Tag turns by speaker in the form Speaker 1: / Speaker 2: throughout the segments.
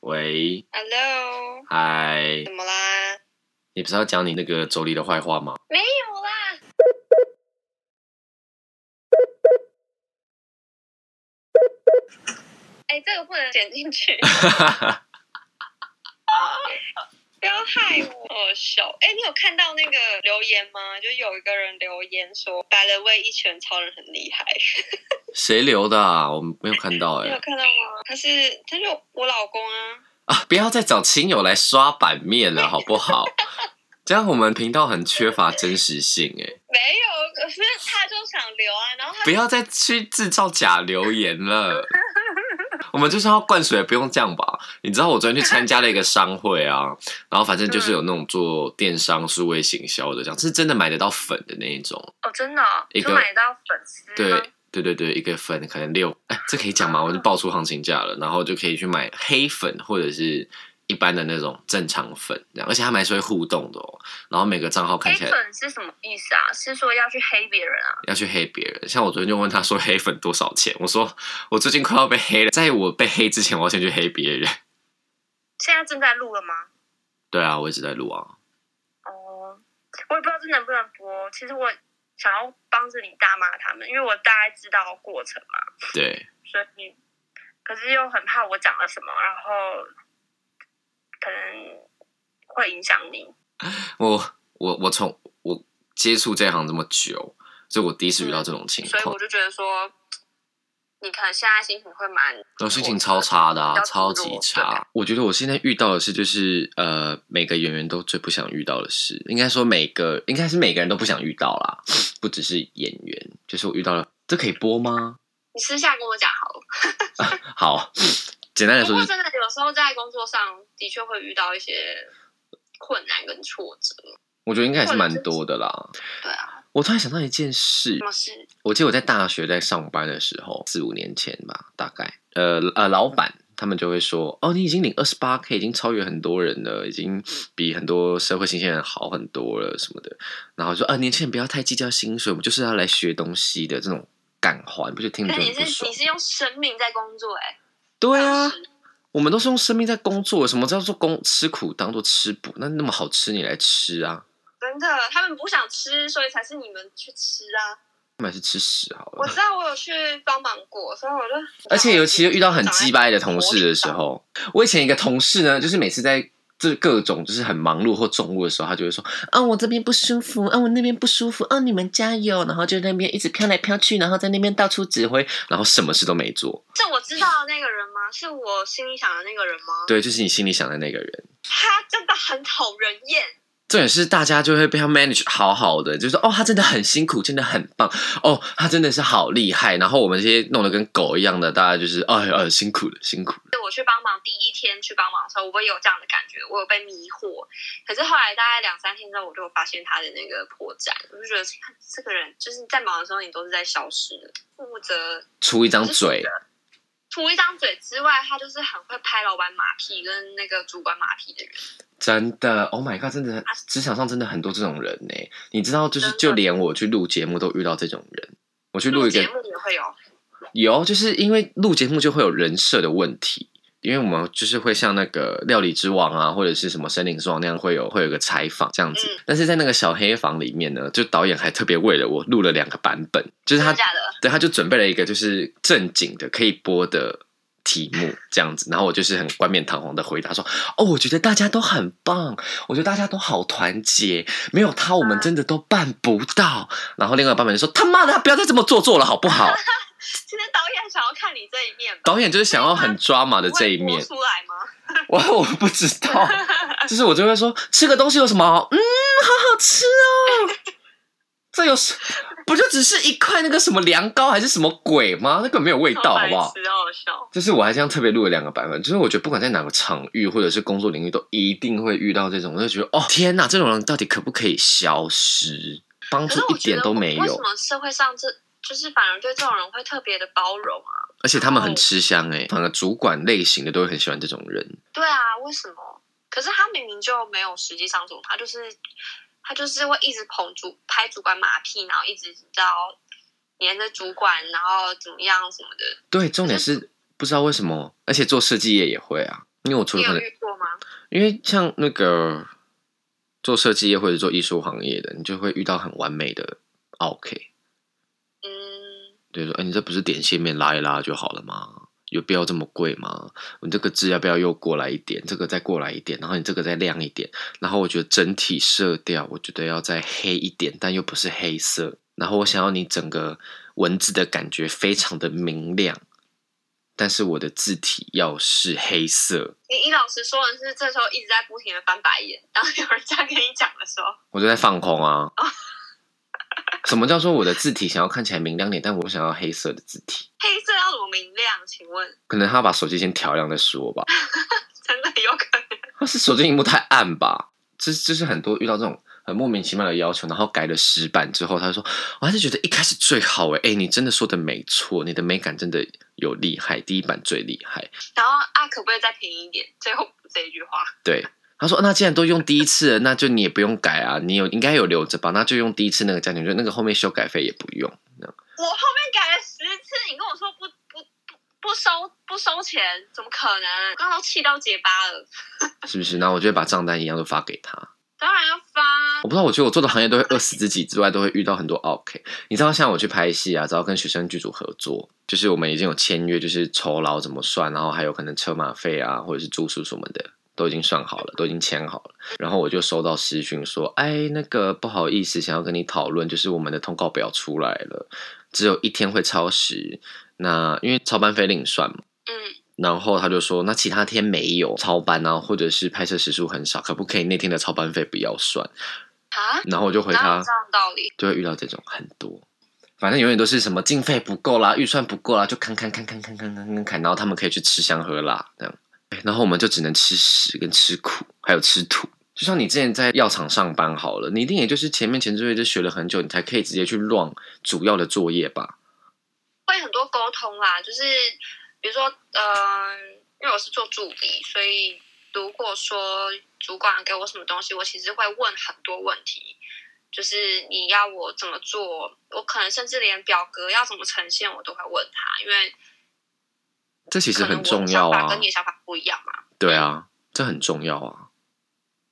Speaker 1: 喂，
Speaker 2: Hello，
Speaker 1: 嗨
Speaker 2: 怎，么啦？
Speaker 1: 你不是要讲你那个妯娌的坏话吗？
Speaker 2: 没有啦。哎、这个不能剪进去， 不要害我，好笑。哎、你有看到那个留言吗？就有一个人留言说，百了位一拳超人很厉害，
Speaker 1: 谁留的、啊？我没有看到哎、
Speaker 2: 你有看到吗？他是他就我老公啊，
Speaker 1: 啊！不要再找亲友来刷版面了，好不好？ 这样我们频道很缺乏真实性哎、
Speaker 2: 没有，可是他就想留啊，然后他
Speaker 1: 不要再去制造假留言了。我们就是要灌水，不用这样吧？你知道我昨天去参加了一个商会啊，然后反正就是有那种做电商数位行销的，这样是真的买得到粉的那一种。
Speaker 2: 哦，真的、哦，
Speaker 1: 一个就买
Speaker 2: 到粉丝
Speaker 1: 对对对对，一个粉可能六，哎，这可以讲吗？我就报出行情价了，然后就可以去买黑粉或者是一般的那种正常粉，这样，而且他们还是会互动的哦。然后每个账号看起来
Speaker 2: 是什么意思啊？是说要去黑别人啊？
Speaker 1: 要去黑别人。像我昨天就问他说黑粉多少钱，我说我最近快要被黑了，在我被黑之前，我要先去黑别人。
Speaker 2: 现在正在录了吗？
Speaker 1: 对啊，我一直在录啊。
Speaker 2: 哦，我也不知道这能不能播。其实我想要帮着你大骂他们，因为我大概知道过程嘛，
Speaker 1: 对，
Speaker 2: 所以可是又很怕我讲了什么，然后可能会影响你。
Speaker 1: 我我我从我接触这行这么久，所以我第一次遇到这种情
Speaker 2: 所以
Speaker 1: 况
Speaker 2: 我，就觉得说，你可能现在心情会蛮……
Speaker 1: 我心情超差的
Speaker 2: 比
Speaker 1: 啊，
Speaker 2: 较
Speaker 1: 超
Speaker 2: 低
Speaker 1: 级
Speaker 2: 落
Speaker 1: 差。我觉得我现在遇到的事就是呃，每个演员都最不想遇到的事，应该说每个应该是每个人都不想遇到啦，不只是演员，就是我遇到了，这可以播吗？
Speaker 2: 你私下跟我讲好了。
Speaker 1: 好，简单来
Speaker 2: 嗯不
Speaker 1: 说就
Speaker 2: 过
Speaker 1: 是
Speaker 2: 真的，有时候在工作上的确会遇到一些困难跟挫折。
Speaker 1: 我觉得应该也是蛮多的啦。
Speaker 2: 对啊，
Speaker 1: 我突然想到一件事
Speaker 2: 什，么事？
Speaker 1: 我记得我在大学在上班的时候，四五年前吧，大概，呃呃，老板他们就会说，哦，你已经领二十八 k，已经超越很多人了，已经比很多社会新鲜人好很多了什么的。然后说，啊，年轻人不要太计较薪水，我们就是要来学东西的这种感话，你不觉得听
Speaker 2: 可
Speaker 1: 着
Speaker 2: 是
Speaker 1: 就
Speaker 2: 你
Speaker 1: 很嗯不
Speaker 2: 是
Speaker 1: 爽
Speaker 2: 你？是用生命在工作、欸，哎，
Speaker 1: 对啊
Speaker 2: 当，时
Speaker 1: 我们都是用生命在工作，什么叫做工吃苦当做吃补？那那么好吃，你来吃啊？
Speaker 2: 真的，他们不想吃，所以才是你们去吃啊。
Speaker 1: 那还是吃屎好了
Speaker 2: 我。知道我有去帮忙过，所以我就
Speaker 1: 而且尤其又遇到很鸡掰的同事的时，候，我以前一个同事呢，就是每次在这各种就是很忙碌或重物的时候，他就会说啊我这边不舒服，啊我那边不舒服，啊你们加油，然后就在那边一直飘来飘去，然后在那边到处指挥，然后什么事都没做。
Speaker 2: 是我知道的那个人吗？是我心里想的那个人吗？
Speaker 1: 对，就是你心里想的那个人。
Speaker 2: 他真的很讨人厌，
Speaker 1: 重点是大家就会被他 manage 好好的，就是说哦，他真的很辛苦，真的很棒，哦，他真的是好厉害。然后我们这些弄得跟狗一样的，大家就是哎哎辛苦了，辛苦了。
Speaker 2: 对我去帮忙第一天去帮忙的时候，我也有这样的感觉，我有被迷惑。可是后来大概两三天之后，我就发现他的那个破绽，我就觉得看这个人就是在忙的时候，你都是在消失的，负责
Speaker 1: 出一张嘴，
Speaker 2: 除一张嘴之外，他就是很会拍老板马屁跟那个主管马屁的人。
Speaker 1: 真的，Oh my god，真的，职场上真的很多这种人呢、你知道，就是
Speaker 2: 啊真的
Speaker 1: 就连我去录节目都遇到这种人。我去录
Speaker 2: 录
Speaker 1: 一
Speaker 2: 节
Speaker 1: 个，
Speaker 2: 目也会有，
Speaker 1: 有，就是因为录节目就会有人设的问题。因为我们就是会像那个料理之王啊，或者是什么森林之王那样，会有会有个采访这样子
Speaker 2: 嗯。
Speaker 1: 但是在那个小黑房里面呢，就导演还特别为了我录了两个版本，就是
Speaker 2: 真
Speaker 1: 他
Speaker 2: 的假的？
Speaker 1: 对，他就准备了一个就是正经的可以播的题目这样子，然后我就是很冠冕堂皇的回答说：“哦，我觉得大家都很棒，我觉得大家都好团结，没有他我们真的都办不到。”然后另外一个版本就说：“他妈的，他不要再这么做作了，好不好
Speaker 2: 其实导演想要看你这一面？”吧，
Speaker 1: 导演就是想要很抓马的这一面
Speaker 2: 会，播出来吗？
Speaker 1: 我我不知道，就是我就会说吃个东西有什么好？嗯，好好吃哦。这有什不就只是一块那个什么凉糕还是什么鬼吗？那个没有味道，好不好？
Speaker 2: 白痴好好笑。
Speaker 1: 就是我还这样特别录了两个版本，就是我觉得不管在哪个场域或者是工作领域，都一定会遇到这种，我就觉得哦天哪，这种人到底可不可以消失？帮
Speaker 2: 可
Speaker 1: 助
Speaker 2: 是
Speaker 1: 一
Speaker 2: 我觉
Speaker 1: 点
Speaker 2: 得
Speaker 1: 都没
Speaker 2: 为什
Speaker 1: 有，
Speaker 2: 么社会上这就是反而对这种人会特别的包容啊？
Speaker 1: 而且他们很吃香哎、反而主管类型的都会很喜欢这种人。
Speaker 2: 对啊，为什么？可是他明明就没有实际上什么，他就是他就是会一直捧主拍主管马屁，然后一直到黏着主管，然后怎么样什么的。
Speaker 1: 对，重点是不知道为什么，而且做设计业也会啊，因为我除
Speaker 2: 你
Speaker 1: 了可
Speaker 2: 有
Speaker 1: 能，
Speaker 2: 遇过吗？
Speaker 1: 因为像那个做设计业或者做艺术行业的，你就会遇到很完美的 OK，
Speaker 2: 嗯，
Speaker 1: 就是说，哎、你这不是点线面拉一拉就好了吗？有必要这么贵吗？你这个字要不要又过来一点？这个再过来一点，然后你这个再亮一点。然后我觉得整体色调，我觉得要再黑一点，但又不是黑色。然后我想要你整个文字的感觉非常的明亮，但是我的字体要是黑色。
Speaker 2: 你你老实说，你是这时候一直在不停的翻白眼，当有人这样跟你讲的时候，
Speaker 1: 我就在放空啊。 什么叫做我的字体想要看起来明亮点，但我想要黑色的字体？
Speaker 2: 黑色要怎么明亮？请问，
Speaker 1: 可能他把手机先调亮再说吧。
Speaker 2: 真的有可能？
Speaker 1: 他是手机荧幕太暗吧？这这是很多遇到这种很莫名其妙的要求，然后改了十版之后，他就说：“我还是觉得一开始最好诶、诶，你真的说的没错，你的美感真的有厉害，第一版最厉害。”
Speaker 2: 然后啊，可不可以再便宜一点？最后补这一句话，
Speaker 1: 对，他说那既然都用第一次了，那就你也不用改啊，你有应该有留着吧？那就用第一次那个价钱，就那个后面修改费也不用。这样
Speaker 2: 我后面改了十次，你跟我说不不不不收不收钱，怎么可能？我刚刚都气到结巴了，
Speaker 1: 是不是？然后我就会把账单一样都发给他。
Speaker 2: 当然要发
Speaker 1: 我。不知道，我觉得我做的行业都会饿死自己之外，都会遇到很多 OK。你知道，像我去拍戏啊，只要跟学生剧组合作，就是我们已经有签约，就是酬劳怎么算，然后还有可能车马费啊，或者是住宿什么的，都已经算好了，都已经签好了。然后我就收到私讯说，哎，那个不好意思，想要跟你讨论，就是我们的通告表出来了，只有一天会超时，那因为超班费另算嘛。
Speaker 2: 嗯，
Speaker 1: 然后他就说，那其他天没有超班啊，或者是拍摄时数很少，可不可以那天的超班费不要算？
Speaker 2: 啊，
Speaker 1: 然后我就回
Speaker 2: 哪
Speaker 1: 他
Speaker 2: 有这，样的道理？
Speaker 1: 就会遇到这种很多。反正永远都是什么经费不够啦，预算不够啦，就砍砍砍砍砍砍砍砍砍，然后他们可以去吃香喝辣这样，然后我们就只能吃屎跟吃苦，还有吃土。就像你之前在药厂上班好了，你一定也就是前面前置位置学了很久，你才可以直接去 run 主要的作业吧？
Speaker 2: 会很多沟通啦，就是比如说，嗯、因为我是做助理，所以如果说主管给我什么东西，我其实会问很多问题，就是你要我怎么做，我可能甚至连表格要怎么呈现，我都会问他，因为
Speaker 1: 这其实
Speaker 2: 可能
Speaker 1: 很
Speaker 2: 我的
Speaker 1: 重要
Speaker 2: 想
Speaker 1: 啊
Speaker 2: 法，跟你的想法不一样嘛。
Speaker 1: 对啊，这很重要啊。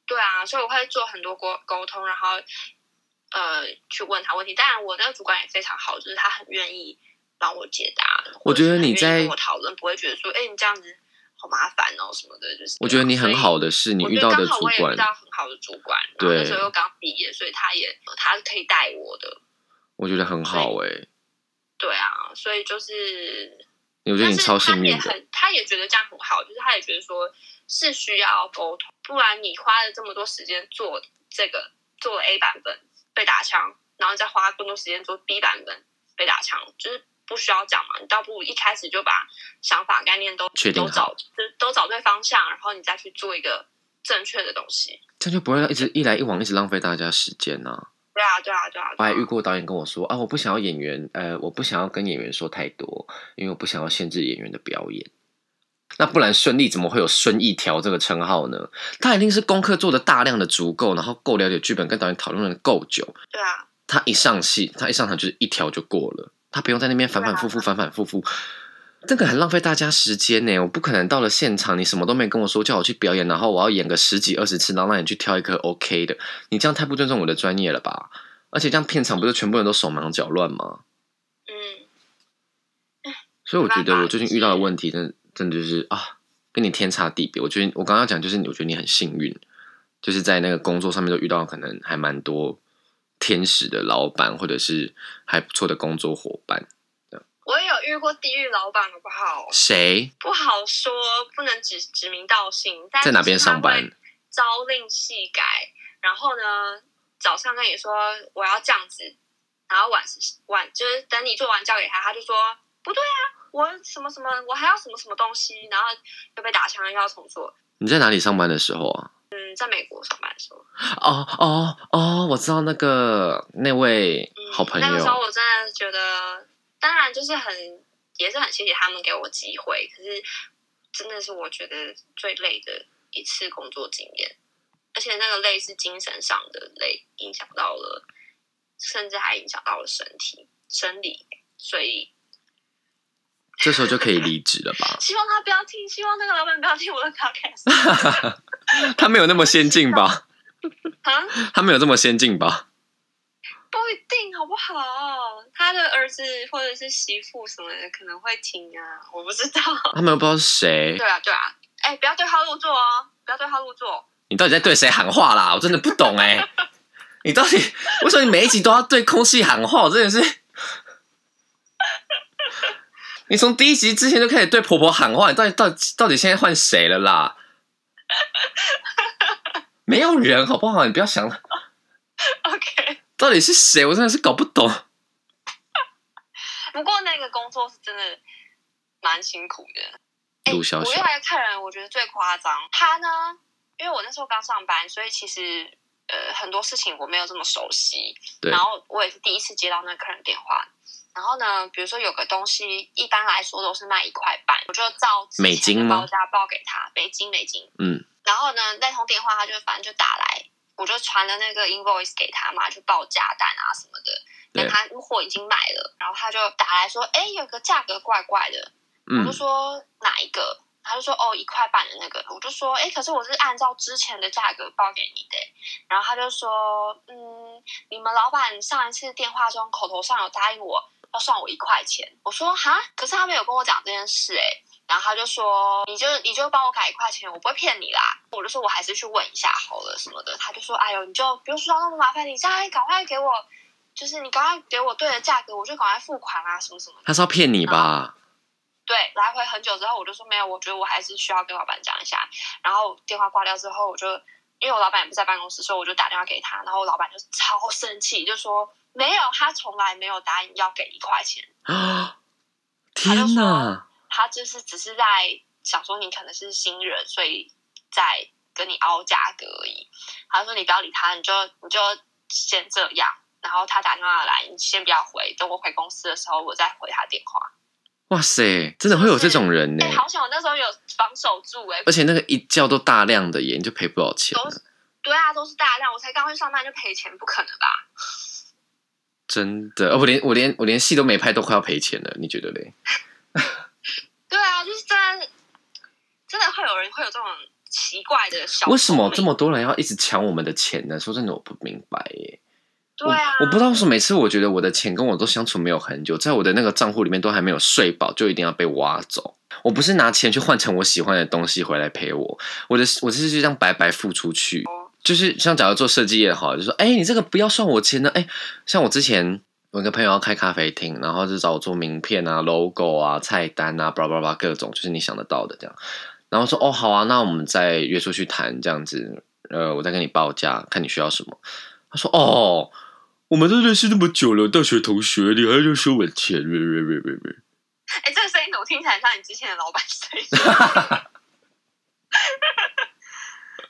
Speaker 2: 对啊，所以我会做很多沟沟通，然后呃去问他问题。当然，我那个主管也非常好，就是他很愿意帮我解答。
Speaker 1: 我觉得你
Speaker 2: 或者是很
Speaker 1: 在
Speaker 2: 愿意跟我讨论，不会觉得说，哎，你这样子好麻烦哦什么的。就是
Speaker 1: 我觉得你很好的是，你
Speaker 2: 所以
Speaker 1: 遇到的
Speaker 2: 我觉得刚
Speaker 1: 主
Speaker 2: 好我也
Speaker 1: 管
Speaker 2: 遇到，很好的主管，然后
Speaker 1: 对
Speaker 2: 那时候又刚毕业，所以他也他是可以带我的。
Speaker 1: 我觉得很好哎、
Speaker 2: 对啊，所以就是，
Speaker 1: 我觉得
Speaker 2: 但
Speaker 1: 你
Speaker 2: 是
Speaker 1: 超
Speaker 2: 他
Speaker 1: 幸
Speaker 2: 也
Speaker 1: 运的。
Speaker 2: 很，他也觉得这样很好，就是他也觉得说是需要沟通，不然你花了这么多时间做这个做了 A 版本被打枪，然后再花更多时间做 B 版本被打枪，就是不需要讲嘛，你倒不如一开始就把想法概念都
Speaker 1: 确定
Speaker 2: 都找就是都找对方向，然后你再去做一个正确的东西。
Speaker 1: 这样就不会一直一来一往，一直浪费大家时间呐、
Speaker 2: 对啊，对啊，对啊，
Speaker 1: 我
Speaker 2: 对
Speaker 1: 还
Speaker 2: 啊
Speaker 1: 遇过导演跟我说啊，我不想要演员，呃，我不想要跟演员说太多，因为我不想要限制演员的表演。那不然顺利怎么会有孙艺条这个称号呢？他一定是功课做的大量的足够，然后够了解剧本，跟导演讨论的够久。
Speaker 2: 对啊。
Speaker 1: 他一上戏，他一上场就是一条就过了，他不用在那边反反复复、反反复复，这个很浪费大家时间呢。我不可能到了现场，你什么都没跟我说，叫我去表演，然后我要演个十几二十次，然后让你去挑一个 OK 的，你这样太不尊重我的专业了吧？而且这样片场不是全部人都手忙脚乱吗？
Speaker 2: 嗯，
Speaker 1: 所以我觉
Speaker 2: 没办
Speaker 1: 得
Speaker 2: 法
Speaker 1: 我最近遇到的问题真的，真的就是啊，跟你天差地别。我觉得我刚刚讲就是，我觉得你很幸运，就是在那个工作上面都遇到可能还蛮多天使的老板，或者是还不错的工作伙伴。
Speaker 2: 我也有遇过地狱老板，好不好？
Speaker 1: 谁
Speaker 2: 不好说，不能指指名道姓。但
Speaker 1: 在哪边上班？？
Speaker 2: 朝令夕改，然后呢，早上跟你说我要这样子，然后晚晚就是等你做完交给他，他就说不对啊，我什么什么，我还要什么什么东西，然后又被打枪，又要重做。
Speaker 1: 你在哪里上班的时候啊？
Speaker 2: 嗯，在美国上班的时候，
Speaker 1: 哦哦哦，我知道那个那位
Speaker 2: 嗯，
Speaker 1: 好朋
Speaker 2: 那个时候
Speaker 1: 友，
Speaker 2: 我真的觉得，当然就是很也是很谢谢他们给我机会，可是真的是我觉得最累的一次工作经验，而且那个累是精神上的累，影响到了，甚至还影响到了身体生理，所以
Speaker 1: 这时候就可以离职了吧？
Speaker 2: 希望他不要听，希望那个老板不要听我的 podcast
Speaker 1: 他没有那么先进吧？
Speaker 2: 啊，
Speaker 1: 他没有这么先进吧？
Speaker 2: 不一定好不好？他的儿子或者是媳妇什么的可能会听啊，我不知道。
Speaker 1: 他们又不知道是谁
Speaker 2: 对，啊，对啊，哎，不要对号入座哦，不要对号入座。
Speaker 1: 你到底在对谁喊话啦？我真的不懂哎、你到底为什么你每一集都要对空气喊话？我真的是， 你从第一集之前就开始对婆婆喊话，你到底到底到底现在换谁了啦？没有人好不好？你不要想了，
Speaker 2: OK，
Speaker 1: 到底是谁？我真的是搞不懂。
Speaker 2: 不过那个工作是真的蛮辛苦的。哎
Speaker 1: 陆小
Speaker 2: 我
Speaker 1: 小
Speaker 2: 又来看人，我觉得最夸张。他呢，因为我那时候刚上班，所以其实呃很多事情我没有这么熟悉。
Speaker 1: 对
Speaker 2: 然后我也是第一次接到那个客人电话。然后呢，比如说有个东西，一般来说都是卖一块半，我就照之前
Speaker 1: 美金
Speaker 2: 的
Speaker 1: 吗
Speaker 2: 报价报给他，美金美金。
Speaker 1: 嗯。
Speaker 2: 然后呢，那通电话他就反正就打来，我就传了那个 invoice 给他嘛，就报价单啊什么的。
Speaker 1: 对
Speaker 2: 那他货已经买了，然后他就打来说：“哎，有个价格怪怪的。”我就
Speaker 1: 嗯，
Speaker 2: 说哪一个？他就说哦，一块半的那个。我就说，哎，可是我是按照之前的价格报给你的。然后他就说，嗯，你们老板上一次电话中口头上有答应我要算我一块钱。我说哈，可是他没有跟我讲这件事哎、然后他就说，你就你就帮我改一块钱，我不会骗你啦。我就说我还是去问一下好了什么的。他就说，哎呦，你就不用说到那么麻烦，你现在赶快给我，就是你赶快给我对的价格，我就赶快付款啊什么什么的。
Speaker 1: 他是要骗你吧？
Speaker 2: 对，来回很久之后，我就说没有，我觉得我还是需要跟老板讲一下。然后电话挂掉之后，我就因为我老板也不在办公室，所以我就打电话给他，然后我老板就超生气，就说没有，他从来没有答应要给一块钱，
Speaker 1: 啊！
Speaker 2: 他就
Speaker 1: 天哪！
Speaker 2: 他就是只是在想说你可能是新人，所以在跟你凹价格而已。他说你不要理他，你就你就先这样。然后他打电话来，你先不要回，等我回公司的时候我再回他电话。
Speaker 1: 哇塞，真的会有这种人呢、
Speaker 2: 哎、好想我那时候有防守住哎、
Speaker 1: 而且那个一觉都大量的耶，你就赔不少钱
Speaker 2: 都
Speaker 1: 了，
Speaker 2: 对啊，都是大量，我才刚去上班就赔钱，不可能吧？
Speaker 1: 真的。哦、我连我连我连戏都没拍，都快要赔钱了，你觉得嘞？
Speaker 2: 对啊，就是真的，真的会有人会有这种奇怪的小聪明，
Speaker 1: 为什么这么多人要一直抢我们的钱呢？说真的，我不明白耶。
Speaker 2: 对啊？
Speaker 1: 我我不知道为什么每次我觉得我的钱跟我都相处没有很久，在我的那个账户里面都还没有睡饱，就一定要被挖走。我不是拿钱去换成我喜欢的东西回来陪我，我的我是就这样白白付出去。
Speaker 2: 哦
Speaker 1: 就是像假如做设计也好，就说哎、你这个不要算我钱呢。哎、像我之前我有个朋友要开咖啡厅，然后就找我做名片啊、logo 啊、菜单啊、巴拉巴拉各种，就是你想得到的这样。然后说哦好啊，那我们再约出去谈这样子，呃，我再跟你报价，看你需要什么。他说哦，我们都认识那么久了，大学同学，你还要收我钱？喂喂喂喂喂！
Speaker 2: 哎、这个声音怎么听起来很像你之前的老板声音？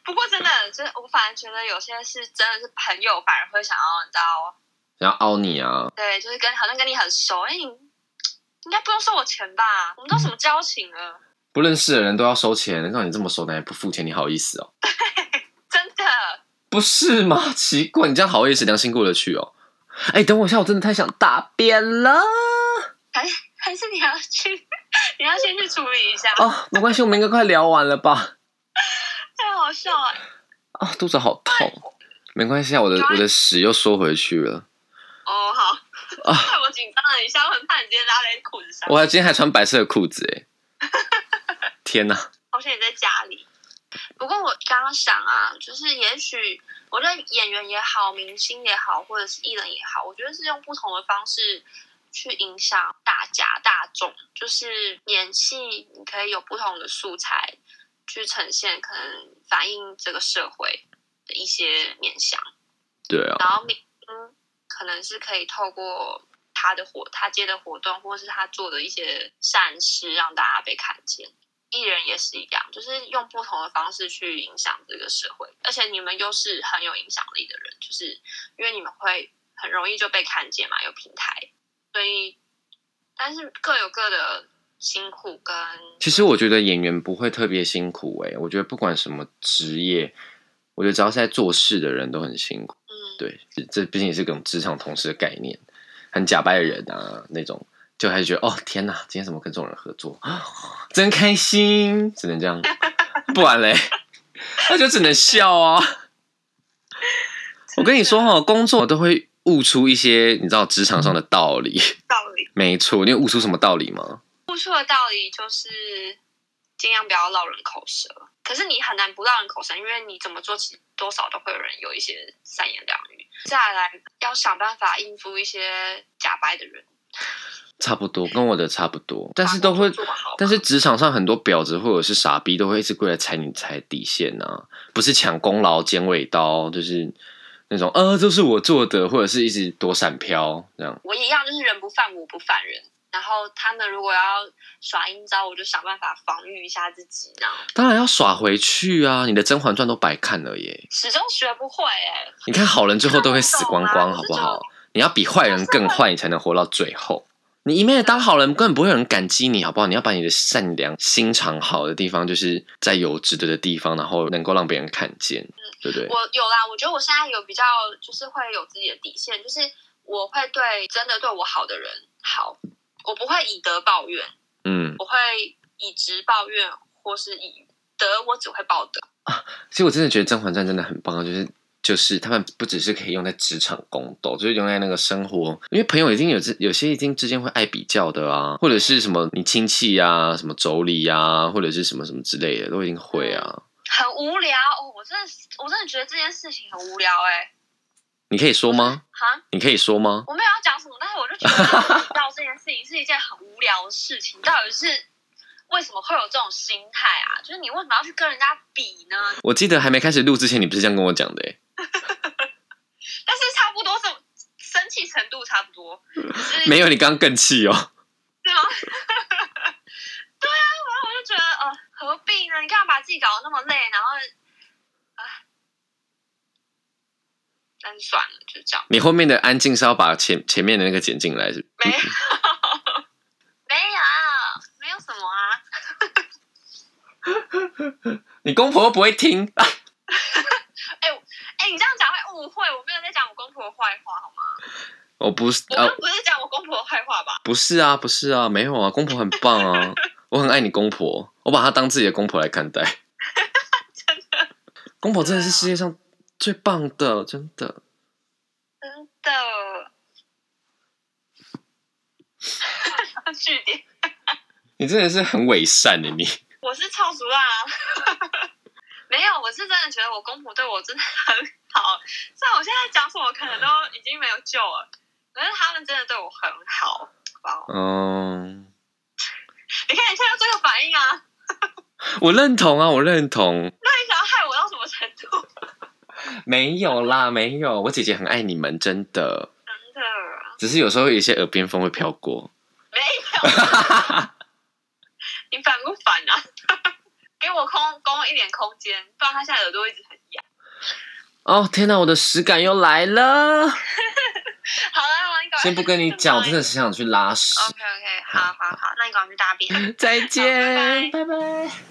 Speaker 2: 不过真的，真的我反而觉得有些是真的是朋友，反而会想要你知道，
Speaker 1: 然后凹你啊，
Speaker 2: 对，就是跟好像跟你很熟，哎、你应该不用收我钱吧？我们都什么交情了？
Speaker 1: 不认识的人都要收钱，让你这么熟的人还不付钱，你好意思哦？
Speaker 2: 真的，
Speaker 1: 不是吗？奇怪，你这样好意思，良心过得去哦？哎，等我一下，我真的太想大便了
Speaker 2: 还是你要去， 你要先去处理一下，
Speaker 1: 哦！没关系，我们应该快聊完了吧？
Speaker 2: 太好笑了。
Speaker 1: 啊，肚子好痛，没关系啊，我的我的屎又缩回去了。
Speaker 2: 哦，好，
Speaker 1: 啊
Speaker 2: 害 我紧张了一下，我很怕你直接拉在裤子上。
Speaker 1: 我还今天还穿白色的裤子哎、天哪！
Speaker 2: 好像你在家里。不过我刚刚想啊，就是也许我觉得演员也好，明星也好，或者是艺人也好，我觉得是用不同的方式去影响大家大众。就是演戏，你可以有不同的素材去呈现，可能反映这个社会的一些面向。
Speaker 1: 对啊，
Speaker 2: 然后明星可能是可以透过他的活，他接的活动，或是他做的一些善事，让大家被看见。艺人也是一样，就是用不同的方式去影响这个社会，而且你们又是很有影响力的人，就是因为你们会很容易就被看见嘛，有平台，所以但是各有各的辛苦跟
Speaker 1: 其实我觉得演员不会特别辛苦诶、我觉得不管什么职业，我觉得只要是在做事的人都很辛苦。
Speaker 2: 嗯，
Speaker 1: 对，这毕竟也是一种职场同事的概念，很假掰的人啊那种。就还是觉得哦天哪，今天怎么跟这种人合作， 真开心，只能这样，不然嘞，那就只能笑啊。我跟你说哈、哦，工作都会悟出一些你知道职场上的道理，
Speaker 2: 道理，
Speaker 1: 没错，你有悟出什么道理吗？
Speaker 2: 付出的道理就是尽量不要落人口舌。可是你很难不落人口舌，因为你怎么做，其实多少都会有人有一些三言两语。再来，要想办法应付一些假掰的人，
Speaker 1: 差不多，跟我的差不多，但是都会
Speaker 2: 把工作做好吧。
Speaker 1: 但是职场上很多婊子或者是傻逼都会一直过来踩你踩底线啊，不是抢功劳剪尾刀，就是那种呃这是我做的，或者是一直躲闪飘这样。
Speaker 2: 我一样就是人不犯我不犯人。然后他们如果要耍阴招，我就想办法防御一下自己。这样
Speaker 1: 当然要耍回去啊！你的《甄嬛传》都白看了耶！
Speaker 2: 始终学不会哎、
Speaker 1: 你看好人最后都会死光光，
Speaker 2: 看
Speaker 1: 好
Speaker 2: 不
Speaker 1: 不
Speaker 2: 懂啊
Speaker 1: 好？你要比坏人更坏，你才能活到最后。你一昧的当好人，根本不会有人感激你，好不好？你要把你的善良、心肠好的地方，就是在有值得的地方，然后能够让别人看见，对不对？
Speaker 2: 我有啦，我觉得我现在有比较，就是会有自己的底线，就是我会对真的对我好的人好，我不会以德报怨，
Speaker 1: 嗯，
Speaker 2: 我会以直报怨，或是以德，我只会报德。
Speaker 1: 其实我真的觉得《甄嬛传》真的很棒，啊就是就是他们不只是可以用在职场宫斗，就是用在那个生活，因为朋友一定有之有些一定之间会爱比较的啊，或者是什么你亲戚啊、什么妯娌啊，或者是什么什么之类的，都一定会啊。
Speaker 2: 很无聊哦，我真的是，我真的觉得这件事情很无聊哎、
Speaker 1: 你可以说吗？
Speaker 2: 哈，
Speaker 1: 你可以说吗？
Speaker 2: 我没有要讲什么，但是我就觉得知道这件事情是一件很无聊的事情，到底是为什么会有这种心态啊？就是你为什么要去跟人家比呢？
Speaker 1: 我记得还没开始录之前，你不是这样跟我讲的、欸，
Speaker 2: 但是差不多这种生气程度差不多，就是
Speaker 1: 没有，你刚刚更气哦。
Speaker 2: 对 吗？对啊，然后我就觉得，呃，何必呢？你干嘛把自己搞得那么累？然后，啊，但是算了，就 这样。
Speaker 1: 你后面的安静是要把前前面的那个剪进来，是不
Speaker 2: 没有， 没有，没有什么啊。
Speaker 1: 你公婆又不会听，啊
Speaker 2: 哎，你这样讲会误会，我没有在讲我公婆的坏话，好吗？
Speaker 1: 我不是
Speaker 2: 我
Speaker 1: 啊
Speaker 2: 刚，不是讲我公婆的坏话吧？
Speaker 1: 不是啊，不是啊，没有啊，公婆很棒 啊，我很爱你公婆，我把她当自己的公婆来看 待。公婆真的是世界上最棒的，真的。
Speaker 2: 真的。 据点，
Speaker 1: 你真的是很伪善的你，
Speaker 2: 我是超熟啦、啊。 没有，我是真的觉得我公婆对我真的很好，虽然我现在讲什么可能都已经没有救了，可是他们真的对我很好。哇哦
Speaker 1: 嗯，
Speaker 2: 你看你现在这个反应啊，
Speaker 1: 我认同啊，我认同。
Speaker 2: 那你想要害我到什么程度？
Speaker 1: 没有啦，没有，我姐姐很爱你们，真的。
Speaker 2: 真的。
Speaker 1: 只是有时候有一些耳边风会飘过。
Speaker 2: 没有， 你烦不烦啊？ 给我空，给我一点空间，不然他现在耳朵一直很痒。
Speaker 1: 哦天哪，我的实感又来了！
Speaker 2: 好了，好了，你赶快
Speaker 1: 先不跟你讲， 我真的哦
Speaker 2: 是。
Speaker 1: 是想去拉屎。
Speaker 2: OK OK，好好好，那你赶快去大便。
Speaker 1: 再见，
Speaker 2: 好
Speaker 1: 拜拜